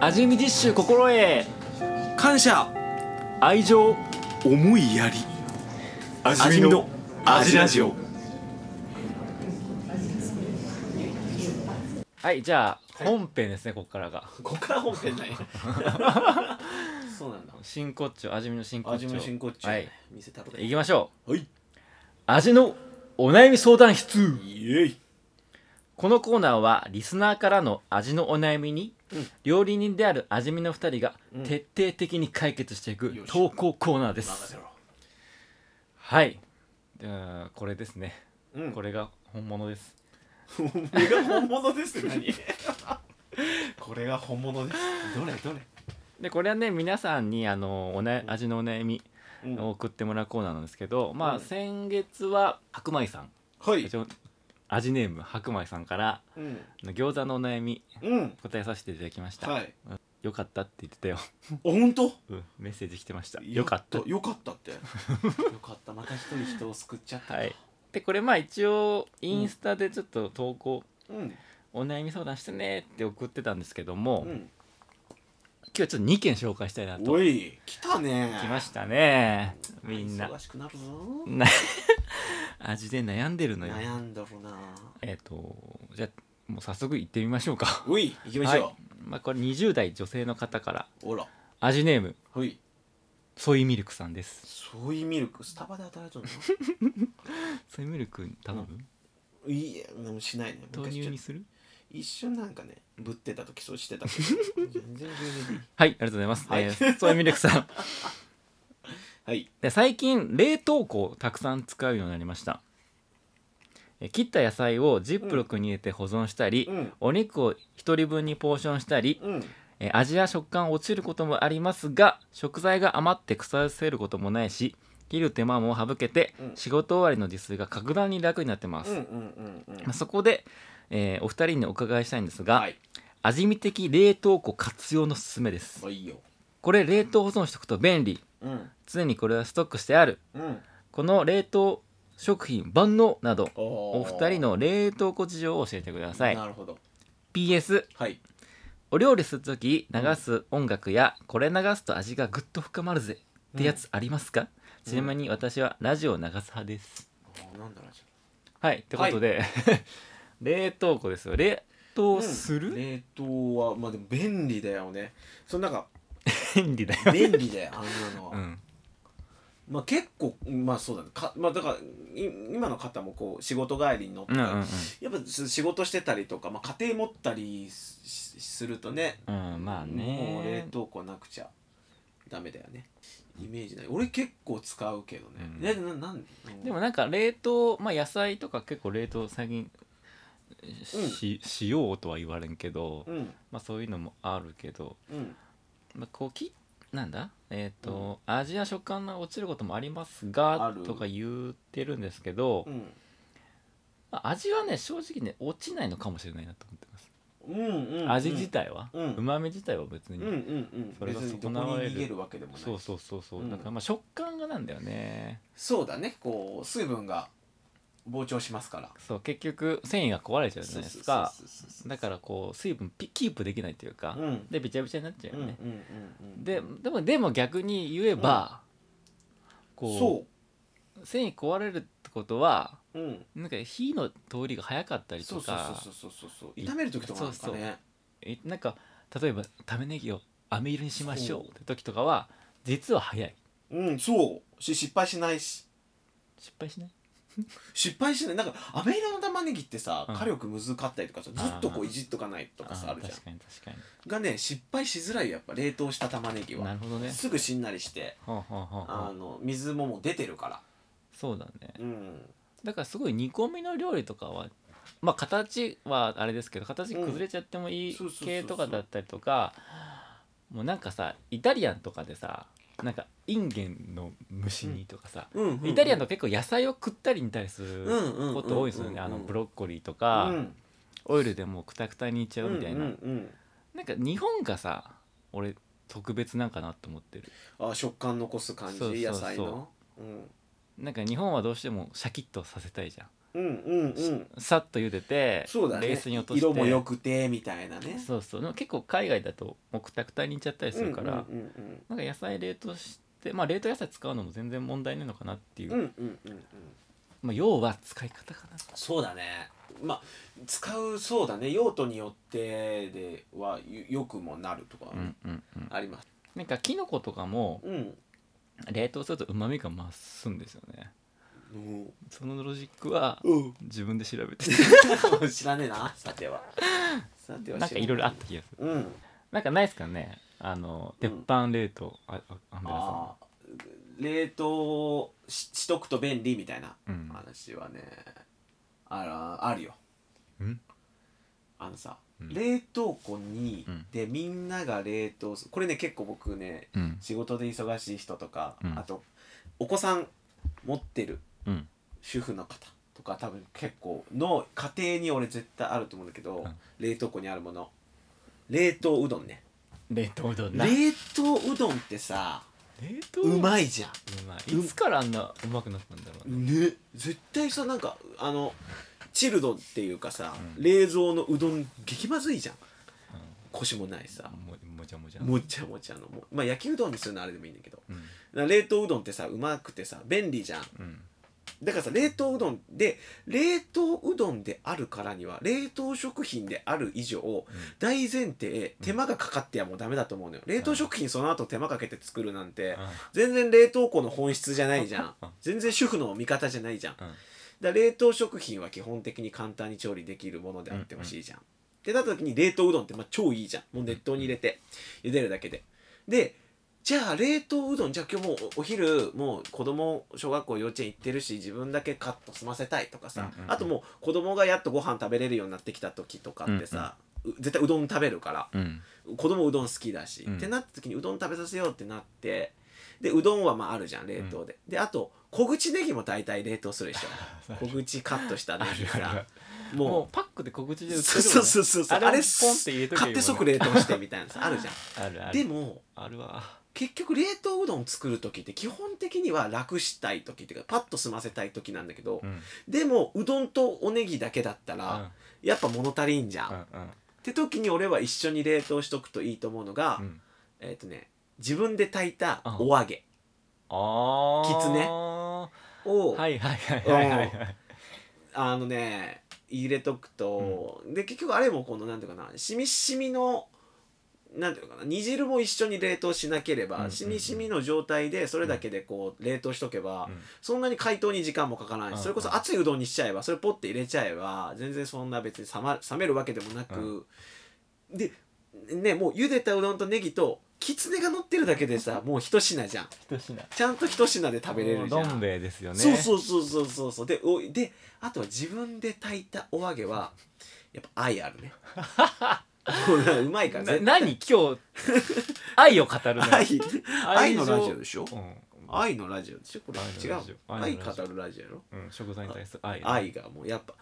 味見ティッシュ心得感謝愛情思いやり味見の味ラジオはいじゃあ本編ですねここからがここから本編だよそうなんだ真骨頂味見の真骨頂味の真骨頂、はい見せたとかいきましょうはい味のお悩み相談室イエイこのコーナーはリスナーからの味のお悩みに、料理人である味見の2人が徹底的に解決していくよし投稿コーナーで任すせろはいじゃあこれですね、うんこれが本物ですれが本物ですって何これが本物ですどれどれでこれはね皆さんにあのおな味のお悩みうんを送ってもらうコーナーなんですけど、まうあん先月は白米さんは一応味ネーム白米さんからうん餃子のお悩みうん答えさせていただきました、はいよかったって言ってたよ、あ本当うん、メッセージ来てましたよかったよかったって よかったまた一人人を救っちゃった、はい、でこれまあ一応インスタでちょっと投稿、うんお悩み相談してねって送ってたんですけども、う今ん日はちょっと2件紹介したいなとおい来たね来ましたねみんな忙しくなるぞな味で悩んでるのよ悩んだろうなえっ、とじゃあもう早速行ってみましょうかおい行きまはしいょう、まあ、これ20代女性の方からほら味ネームほいソイミルクさんですソイミルクスタバで働いてるソイミルク頼む、のいいやでもしないね豆昔ち乳ょにする一瞬なんかねぶってた時そうしてたけど全然牛乳でいいはいありがとうございます、はいえーソイミルクさん はいで最近冷凍庫をたくさん使うようになりましたえ切った野菜をジップロックに入れて保存したり、うんお肉を1人分にポーションしたり、うんえ味や食感落ちることもありますが食材が余って腐らせることもないし切る手間も省けて、うん仕事終わりの自炊が格段に楽になってます、うんうんうんうんまあそこで、えーお二人にお伺いしたいんですが、はい味見的冷凍庫活用のすすめですあいいよこれ冷凍保存しておくと便利うん常にこれはストックしてあるうんこの冷凍食品万能などおお二人の冷凍庫事情を教えてくださいなるほど PS はいお料理する時流す音楽やこれ流すと味がぐっと深まるぜってやつありますか、ちなみに私はラジオを流す派です、おなんだろうじゃはいってことで、 冷凍庫ですよ冷あ凍すうんる、冷凍はまあでも便利だよねそのなんか便利だよ、便利だよあんなのは うん、まあ結構まあそうだねかまあだからい今の方もこう仕事帰りに乗って、うんうんうんやっぱす仕事してたりとか、まあ、家庭持ったりすしするとねうんまあもう冷ね凍庫なくちゃダメだよねイメージない俺結構使うけどね、うんえななんうんでもなんか冷凍まあ野菜とか結構冷凍最近し,、しようとは言われんけど、うんまあそういうのもあるけど、うんまあ、こうきなんだえっ、と、味や食感が落ちることもありますがあるとか言ってるんですけど、うんまあ、味はね正直ね落ちないのかもしれないなと思ってます、うんうんうん味自体はうんうま、み自体は別うに、んうんうんそれが別にど損こになわれる逃げるわけでもないそうそうそうそう、うんだからまあ食感がなんだよねそうだねこう水分が膨張しますからそう結局繊維が壊れちゃうじゃないですかそうそうそうそうだからこう水分ピキープできないっていうか、うんでびちゃびちゃになっちゃううんようんね、うんうんででもでも逆に言えば、こそう繊維壊れるってことはう、うん、なんか火の通りが早かったりそとうそうかそうそうそうそう炒める時とかなんかそうそねえなんか例えば玉ねぎを飴色にしましょうって時とかは実は早いうんそうし失敗しないし失敗しない失敗しないなんかアメリカの玉ねぎってさ、うん火力むずかったりとかさずっとこういじっとかないとかさああーるじゃ確かに確かんがね失敗しづらいよやっぱ冷凍した玉ねぎになは、るほどねすぐしんなりしてほうほうほうほあうの水ももう出てるからそうだねうんだからすごい煮込みの料理とかはまあ形はあれですけど形崩れちゃってもいうんいそうそうそうそう系とかだったりとかもうなんかさイタリアンとかでさなんかインゲンの蒸し煮とかさ、うんうんうんイタリアンとか結構野菜を食ったり煮たりするうんうんうんうんこと多いですよねあのブロッコリーとか、うんオイルでもうクタクタにいっちゃうみたいな、うんうんなんか日本がさ俺特別なんかなと思ってるうん、あ食感残す感じそうそうそう野菜のうんなんか日本はどうしてもシャキッとさせたいじゃんうんうんうんさっと茹でてそうだねレースに落として色も良くてみたいなねそうそうでも結構海外だともうくたくたにいっちゃったりするから、うんうんなんか野菜冷凍してまあ冷凍野菜使うのも全然問題ないのかなっていう、うんうんうんうんうんまあ、要は使い方かなそうだねまあ使うそうだね用途によってではよよくもなるとかうんうんうんありますなんかキノコとかもうん、冷凍するとうまみが増すんですよねうんそのロジックはうん、自分で調べて 知らねえなさてはさてはなんかいろいろあった気がするろうんなんかないですかねあのうん鉄板冷凍、ああアンベラああ冷凍ししとくと便利みたいなさん話はねあらあるようん、うん、あのさ、うん冷凍庫に、うんでみんなが冷凍すこれね結構僕ねうん仕事で忙しい人とか、うんあとお子さん持ってるうん主婦の方とか多分結構の家庭に俺絶対あると思うんだけど、うん冷凍庫にあるもの冷凍うどんね冷凍うどんな冷冷凍うどんってさ凍ういまいじゃんうまいいつからあんなうまくなったんだろうねね絶対さなんかあのチルドっていうかさ、うん冷蔵のうどん激まずいじゃんコシもないさももじゃもじゃもちゃもちゃのもうまあ焼きうどんにするのはあれでもいいんだけどうんだから冷凍うどんってさうまくてさ便利じゃんうんだからさ冷凍うどんで冷凍うどんであるからには冷凍食品である以上大前提手間がかかってやもうダメだと思うのよ冷凍食品その後手間かけて作るなんて全然冷凍庫の本質じゃないじゃんうん全然主婦の味方じゃないじゃんうんだから冷凍食品は基本的に簡単に調理できるものであってほしいじゃん。ってなった時に冷凍うどんってまあ超いいじゃん。もう熱湯に入れて茹でるだけで。でじゃあ冷凍うどんじゃあ今日もうおお昼もう子供小学校幼稚園行ってるし自分だけカット済ませたいとかさ、うんうんうんあともう子供がやっとご飯食べれるようになってきた時とかってさ、う絶対うどん食べるからうん子供うどん好きだし、うんってなった時にうどん食べさせようってなってでうどんはまああるじゃん冷凍で、であと小口ネギも大体冷凍する でしょ小口カットしたネあギるあさるももうパックで小口うで売ってるそうそうそううそうああれれをポンポンって入れとけばいいもん買っねて即冷凍してみたいなさあるじゃんあ るあでるもあるわ結局冷凍うどん作る時って基本的には楽したい時っていうかパッと済ませたい時なんだけど、うんでもうどんとおネギだけだったら、やっぱ物足りんじゃん、うっんうんて時に俺は一緒に冷凍しとくといいと思うのが、うんえっ、とね自分で炊いたお揚げああきつねを、はいはいはいはいはいはいあのね入れとくと、で結局あれもこのなんていうかなしみしみのなんていうのかな煮汁も一緒に冷凍しなければ、うんうんうんしみしみの状態でそれだけでこう冷凍しとけば、うんそんなに解凍に時間もかからない、うんそれこそ熱いうどんにしちゃえばそれポッて入れちゃえば全然そんな別に冷,、ま、冷めるわけでもなく、でねもう茹でたうどんとネギときつねが乗ってるだけでさもう一品じゃん一品ちゃんと一品で食べれるじゃんもうどん兵衛ですよねそううそうそうそうそうそうでおであとは自分で炊いたお揚げはやっぱ愛あるねもうなうまいからな絶何今日愛を語るの対愛愛の情ラジオでしょうん愛のラジオでしょこれ愛のラジ違オう愛愛のラジオ語るラジオやろうん食材に対する愛愛がもうやっぱ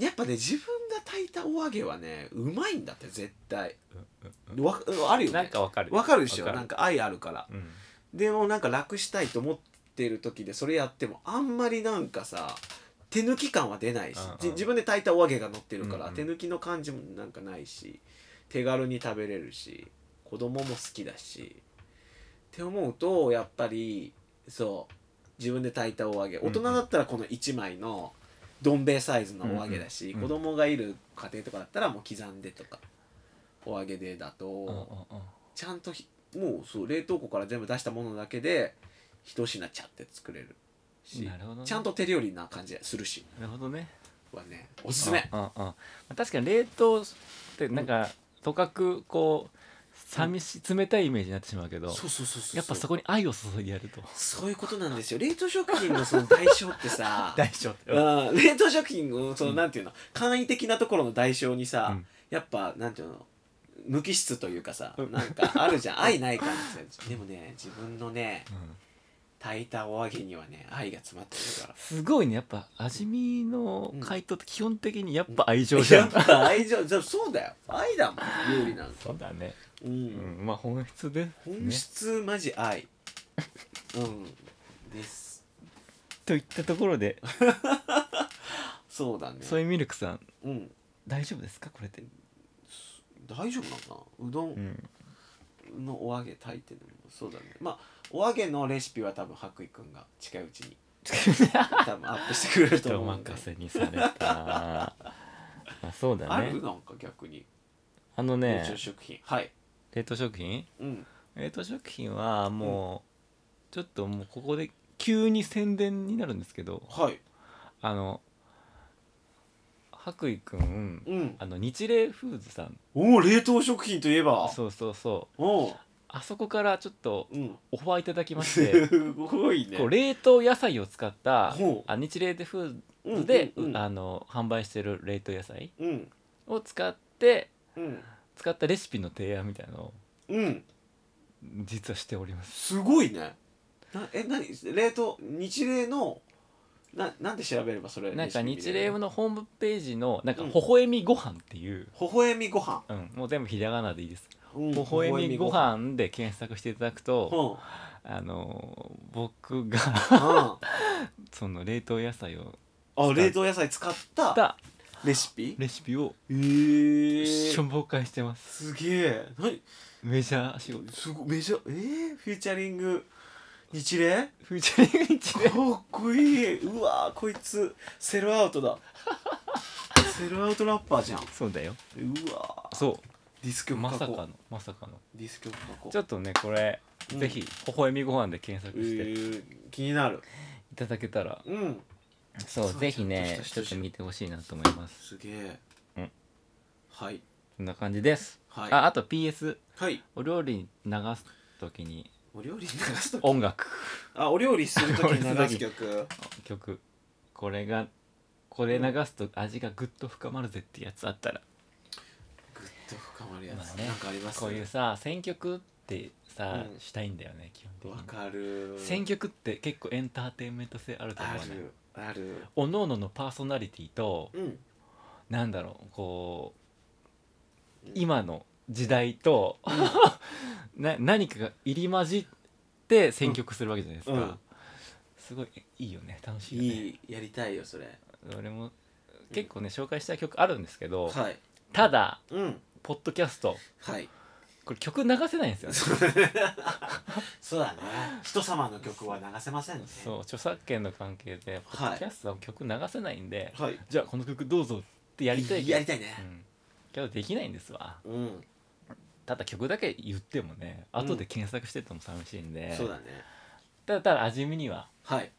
やっぱね自分が炊いたお揚げはねうまいんだって絶対うんうんうんわあるよねなんかわかるわかるでしょなんか愛あるからうんでもなんか楽したいと思ってる時でそれやってもあんまりなんかさ手抜き感は出ないし、うんうんじ自分で炊いたお揚げが乗ってるから、うんうん手抜きの感じもなんかないし手軽に食べれるし子供も好きだしって思うとやっぱりそう自分で炊いたお揚げうんう大ん人だったらこの1枚のどん兵衛サイズのお揚げだし、うんうん子供がいる家庭とかだったらもう刻んでとかお揚げでだと、うんうんうんちゃんとひもうそう冷凍庫から全部出したものだけで一品ちゃって作れるしなるほどねちゃんと手料理な感じするしなるほどねはねおすすめうんうんうんまあ確かに冷凍ってなんかとかくこう寂し冷たいイメージになってしまうけどそうそうそうそうやっぱそこに愛を注いでやるとそういうことなんですよ冷凍食品のその代償っ てさ 大丈夫うん冷凍食品のそのなんていうの簡易的なところの代償にさ、うんやっぱなんていうの無機質というかさ、うんなんかあるじゃん愛ない感じでもね自分のねうん炊いたお揚げにはね愛が詰まってるからすごいねやっぱ味見の回答って基本的にやっぱ愛情じゃやん、っぱ愛情じゃあそうだよ愛だもん料理なんか そうだね、う、うんん、まあ本質で、ね、本質マジ愛うんですといったところでそうだねソイミルクさんうん大丈夫ですかこれで、大丈夫なのかなうどうんん、のお揚げ炊いてるのもそうだねまあお揚げのレシピは多分白衣くんが近いう ちに多分アップしてくれると人思うんで任せにされ たまあそうだあねるなんか逆にあの冷ね凍食品はい冷凍食品うん冷凍食品はもう、ちょっともうここで急に宣伝になるんですけどはいあの白衣くんうんあの日霊フーズさんおお冷凍食品といえばそうそうそうおうあそこからちょっとうんオファーいただきまし すてごいねこう冷凍野菜を使ったほうあ日霊でフうーんズで、うんあの販売してる冷凍野菜うんを使ってうん使ったレシピの提案みたいなのをうん実はしておりますすごいねなえ何冷凍日冷のななんで調べればそれなんかレシピ見れ日る霊のホームページのなんかうん微笑みご飯っていう、微笑みご飯、うん、もう全部ひらがなでいいです。うん微笑みご飯で検索していただくうんと、あのー僕が あその冷凍野菜をあ冷凍野菜使ったたレシピレシピをえー紹介してます。すげえ何メジャー仕事。すごいめちゃえー、フューチャリング日霊フューチャリング日か霊っこいいうわーこいつセルアウ トだセルアウトラッパーじゃんそうだよ。うわーそディスう。曲ま書さこかうのまさかの。ディス曲書こうちょっとねこれ、うんぜひ微笑みご飯で検え索していー、気になるただけたら、うんそうそうぜひねちょちょっとした人っと見てほしいなと思います。すげえ、うんはいこんな感じです。はいああと PS はいお料理流すときにお料理流すと音楽。あお料理するときに流すお料理する曲曲これがこれ流すと味がぐっと深まるぜってやつあったら、ぐっと深まるやまつ、あねなんかありますこういうさ選曲ってさ、うんしたいんだよね基本わ的にかる選曲って結構エンターテインメント性あると思あうねるあるおのおののパーソナリティとうんなんだろうこううん今の時代と、 な何かが入り混じって選曲するわけじゃないですか、うんすごいいいよね楽しいよねいいやりたいよそれ俺も結構ね紹介したい曲あるんですけど、はいただうんポッドキャストはいこれ曲流せないんですよね そうだね人様の曲は流せませんねそう著作権の関係でポッドキャストは曲流せないんで、はいじゃあこの曲どうぞってやりたいけどやりたいねうん、けどできないんですわうんただ曲だけ言ってもね後で検索してても寂しいんで、そうだねただただ味見にははい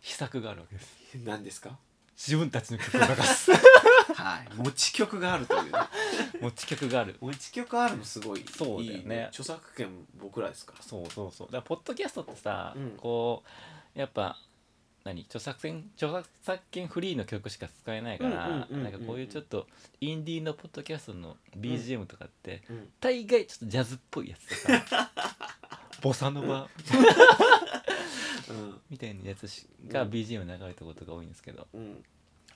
秘策があるわけです何ですか自分たちの曲を流す はい持ち曲があるというね持ち曲がある持ち曲あるのすごいそうだよねいい著作権僕らですからそうそうそうだからポッドキャストってさ、うんこうやっぱ何著作権著作権フリーの曲しか使えないからうんうんうんうんうんなんかこういうちょっとインディーのポッドキャストの BGM とかって、うん大概ちょっとジャズっぽいやつと かボサノバうんみたいなやつしうがん BGM 流れたことが多いんですけどうん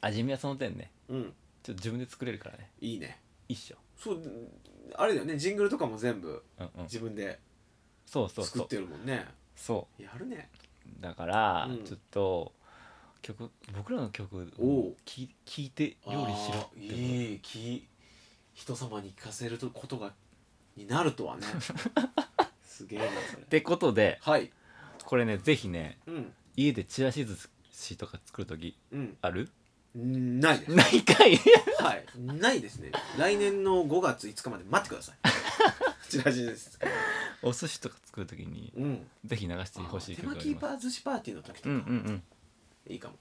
味見はその点ねうんちょっと自分で作れるからねいいね一緒、そうあれだよねジングルとかも全部うんうん、自分でそうそう作そっうてるもんねそやるねうだから、うんちょっと曲僕らの曲おをうき聞いて料理しろっあーて思ういい気人様に聞かせることがになる とはねすげえなそれってことではいこれねぜひねうん家でチラシ寿司とか作る時うんある ないですないか いはいないですね来年の5月5日まで待ってください チラシですお寿司とか作る時にうんぜひ流してほしい手曲があ巻きりパますー寿司パーティーの時とか、うんうんうんいいかも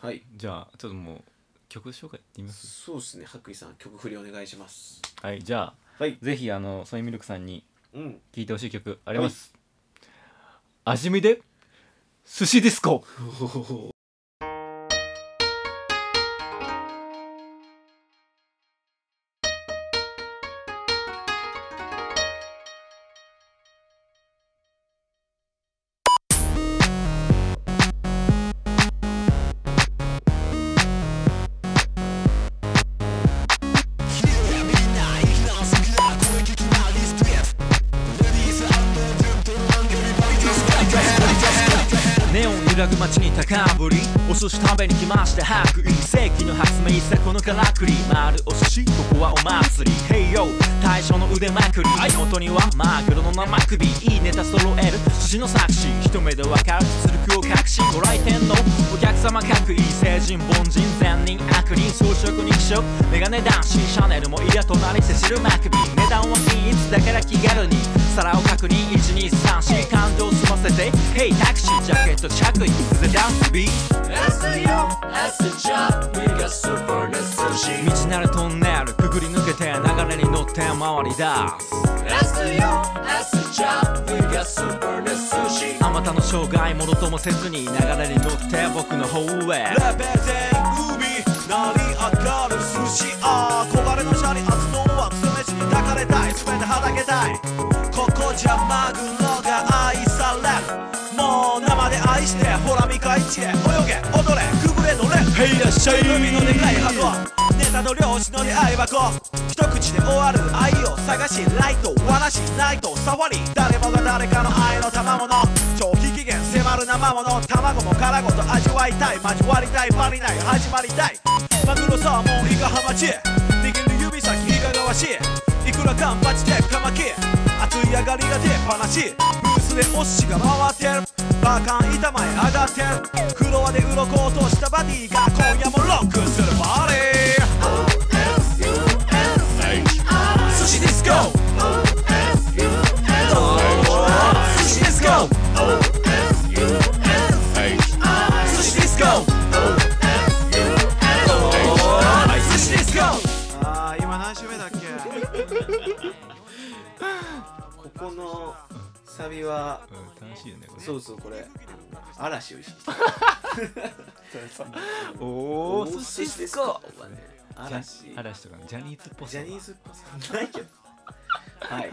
はいじゃあちょっともう曲紹介いってみますそうですね白衣さん曲振りお願いしますはいじゃあはいぜひあのソイミルクさんにうん聴いてほしい曲あります、味見で寿司ディスコネオン揺らぐく街に高ぶりお寿司食べに来ました白衣世紀の発明さこのからくり丸お寿司ここはお祭り Hey yo 大将の腕まくり手元にはマグロの生首いいネタ揃える寿司の作詞一目でわかる実力を隠しご来店のお客様各異成人凡人善人悪人装飾肉食メガネ男子シャネルもいや隣セシルマクビー値段は均一だから気軽に皿を確認1234感情済ませて Hey タクシージャケット着衣でダンスビー As a job, we got super sushi. 道なるトンネルくぐり抜けて流れに乗って回りだす As a as a job, we got super sushi. あまたの障害もろともせずに流れに乗って僕の方へレベで海成り上がる寿司あー憧れのシャリ厚のは酢飯に抱かれたい全てはだけたいここじゃマグロが愛されるもう生で愛してほら見返して泳げ踊れくぐれ乗れへいらっしゃい海の願い箱ネタの漁師の出会い箱一口で終わる愛を探しライト話しナイト触り誰もが誰かの愛の賜物長期期限迫る生もの卵も殻ごと味わいたい交わりたいパリ内始まりたいマグロサーモンイカハマチ握る指先いかがわしいいくらかんバチでカマキ熱い上がりが出っぱなしブースでお寿司が回ってるバカン板前上がってるフロアで鱗落としたバディが今夜もロックするパーティー Sushi Disco! Sushi Disco! Sushi Disco! Sushi Disco! あー、今何週目だっけここのサビはうん、楽しいよねこれそうそうこれ嵐を意識して おお寿司ですかはね嵐嵐とかのジャニーズっぽジさャニーズっぽさないけどはい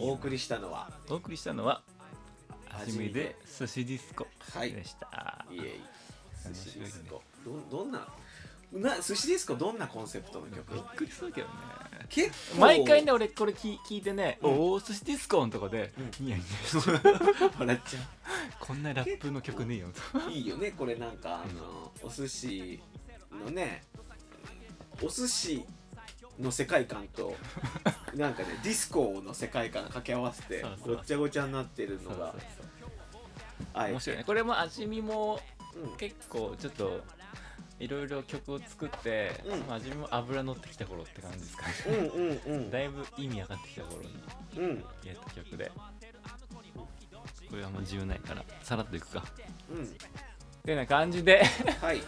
お送りしたのはお送りしたのは味初めで寿司ディスコはいでした、いえいえ寿司ディスコどんどんなな寿司ディスコどんなコンセプトの曲びっくりするけどね結構毎回ね俺これ聞聞いてね、おお寿司ディスコのとこで、ニヤニヤして 笑っちゃうこんなラップの曲ねえよといいよねこれなんかあのお寿司のねお寿司の世界 観となんかねディスコの世界観掛け合わせてそうそうごっちゃごちゃになってるのがそうそうあそうえ面白いてねこれも味見もうん結構ちょっといろいろ曲を作って、うんまあ味見も油乗ってきた頃って感じですかねうんうんうんだいぶ意味上がってきた頃にうんやった曲でこれはもう10ないからさらっといくかうんてな感じではい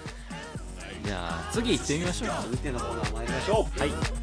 じゃあ次行ってみましょう続いてのコーナー参りましょうはい